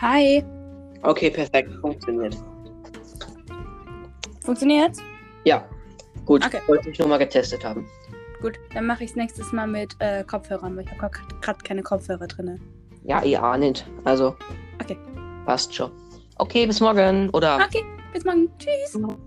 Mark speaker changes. Speaker 1: Hi.
Speaker 2: Okay, perfekt. Funktioniert.
Speaker 1: Funktioniert's?
Speaker 2: Ja. Gut.
Speaker 1: Okay.
Speaker 2: Wollte ich nur mal getestet haben.
Speaker 1: Gut, dann mache ich es nächstes Mal mit äh, Kopfhörern, weil ich habe gerade keine Kopfhörer drinne.
Speaker 2: Ja, ihr ahnt. Also.
Speaker 1: Okay.
Speaker 2: Passt schon. Okay, bis morgen. Oder.
Speaker 1: Okay, bis morgen. Tschüss.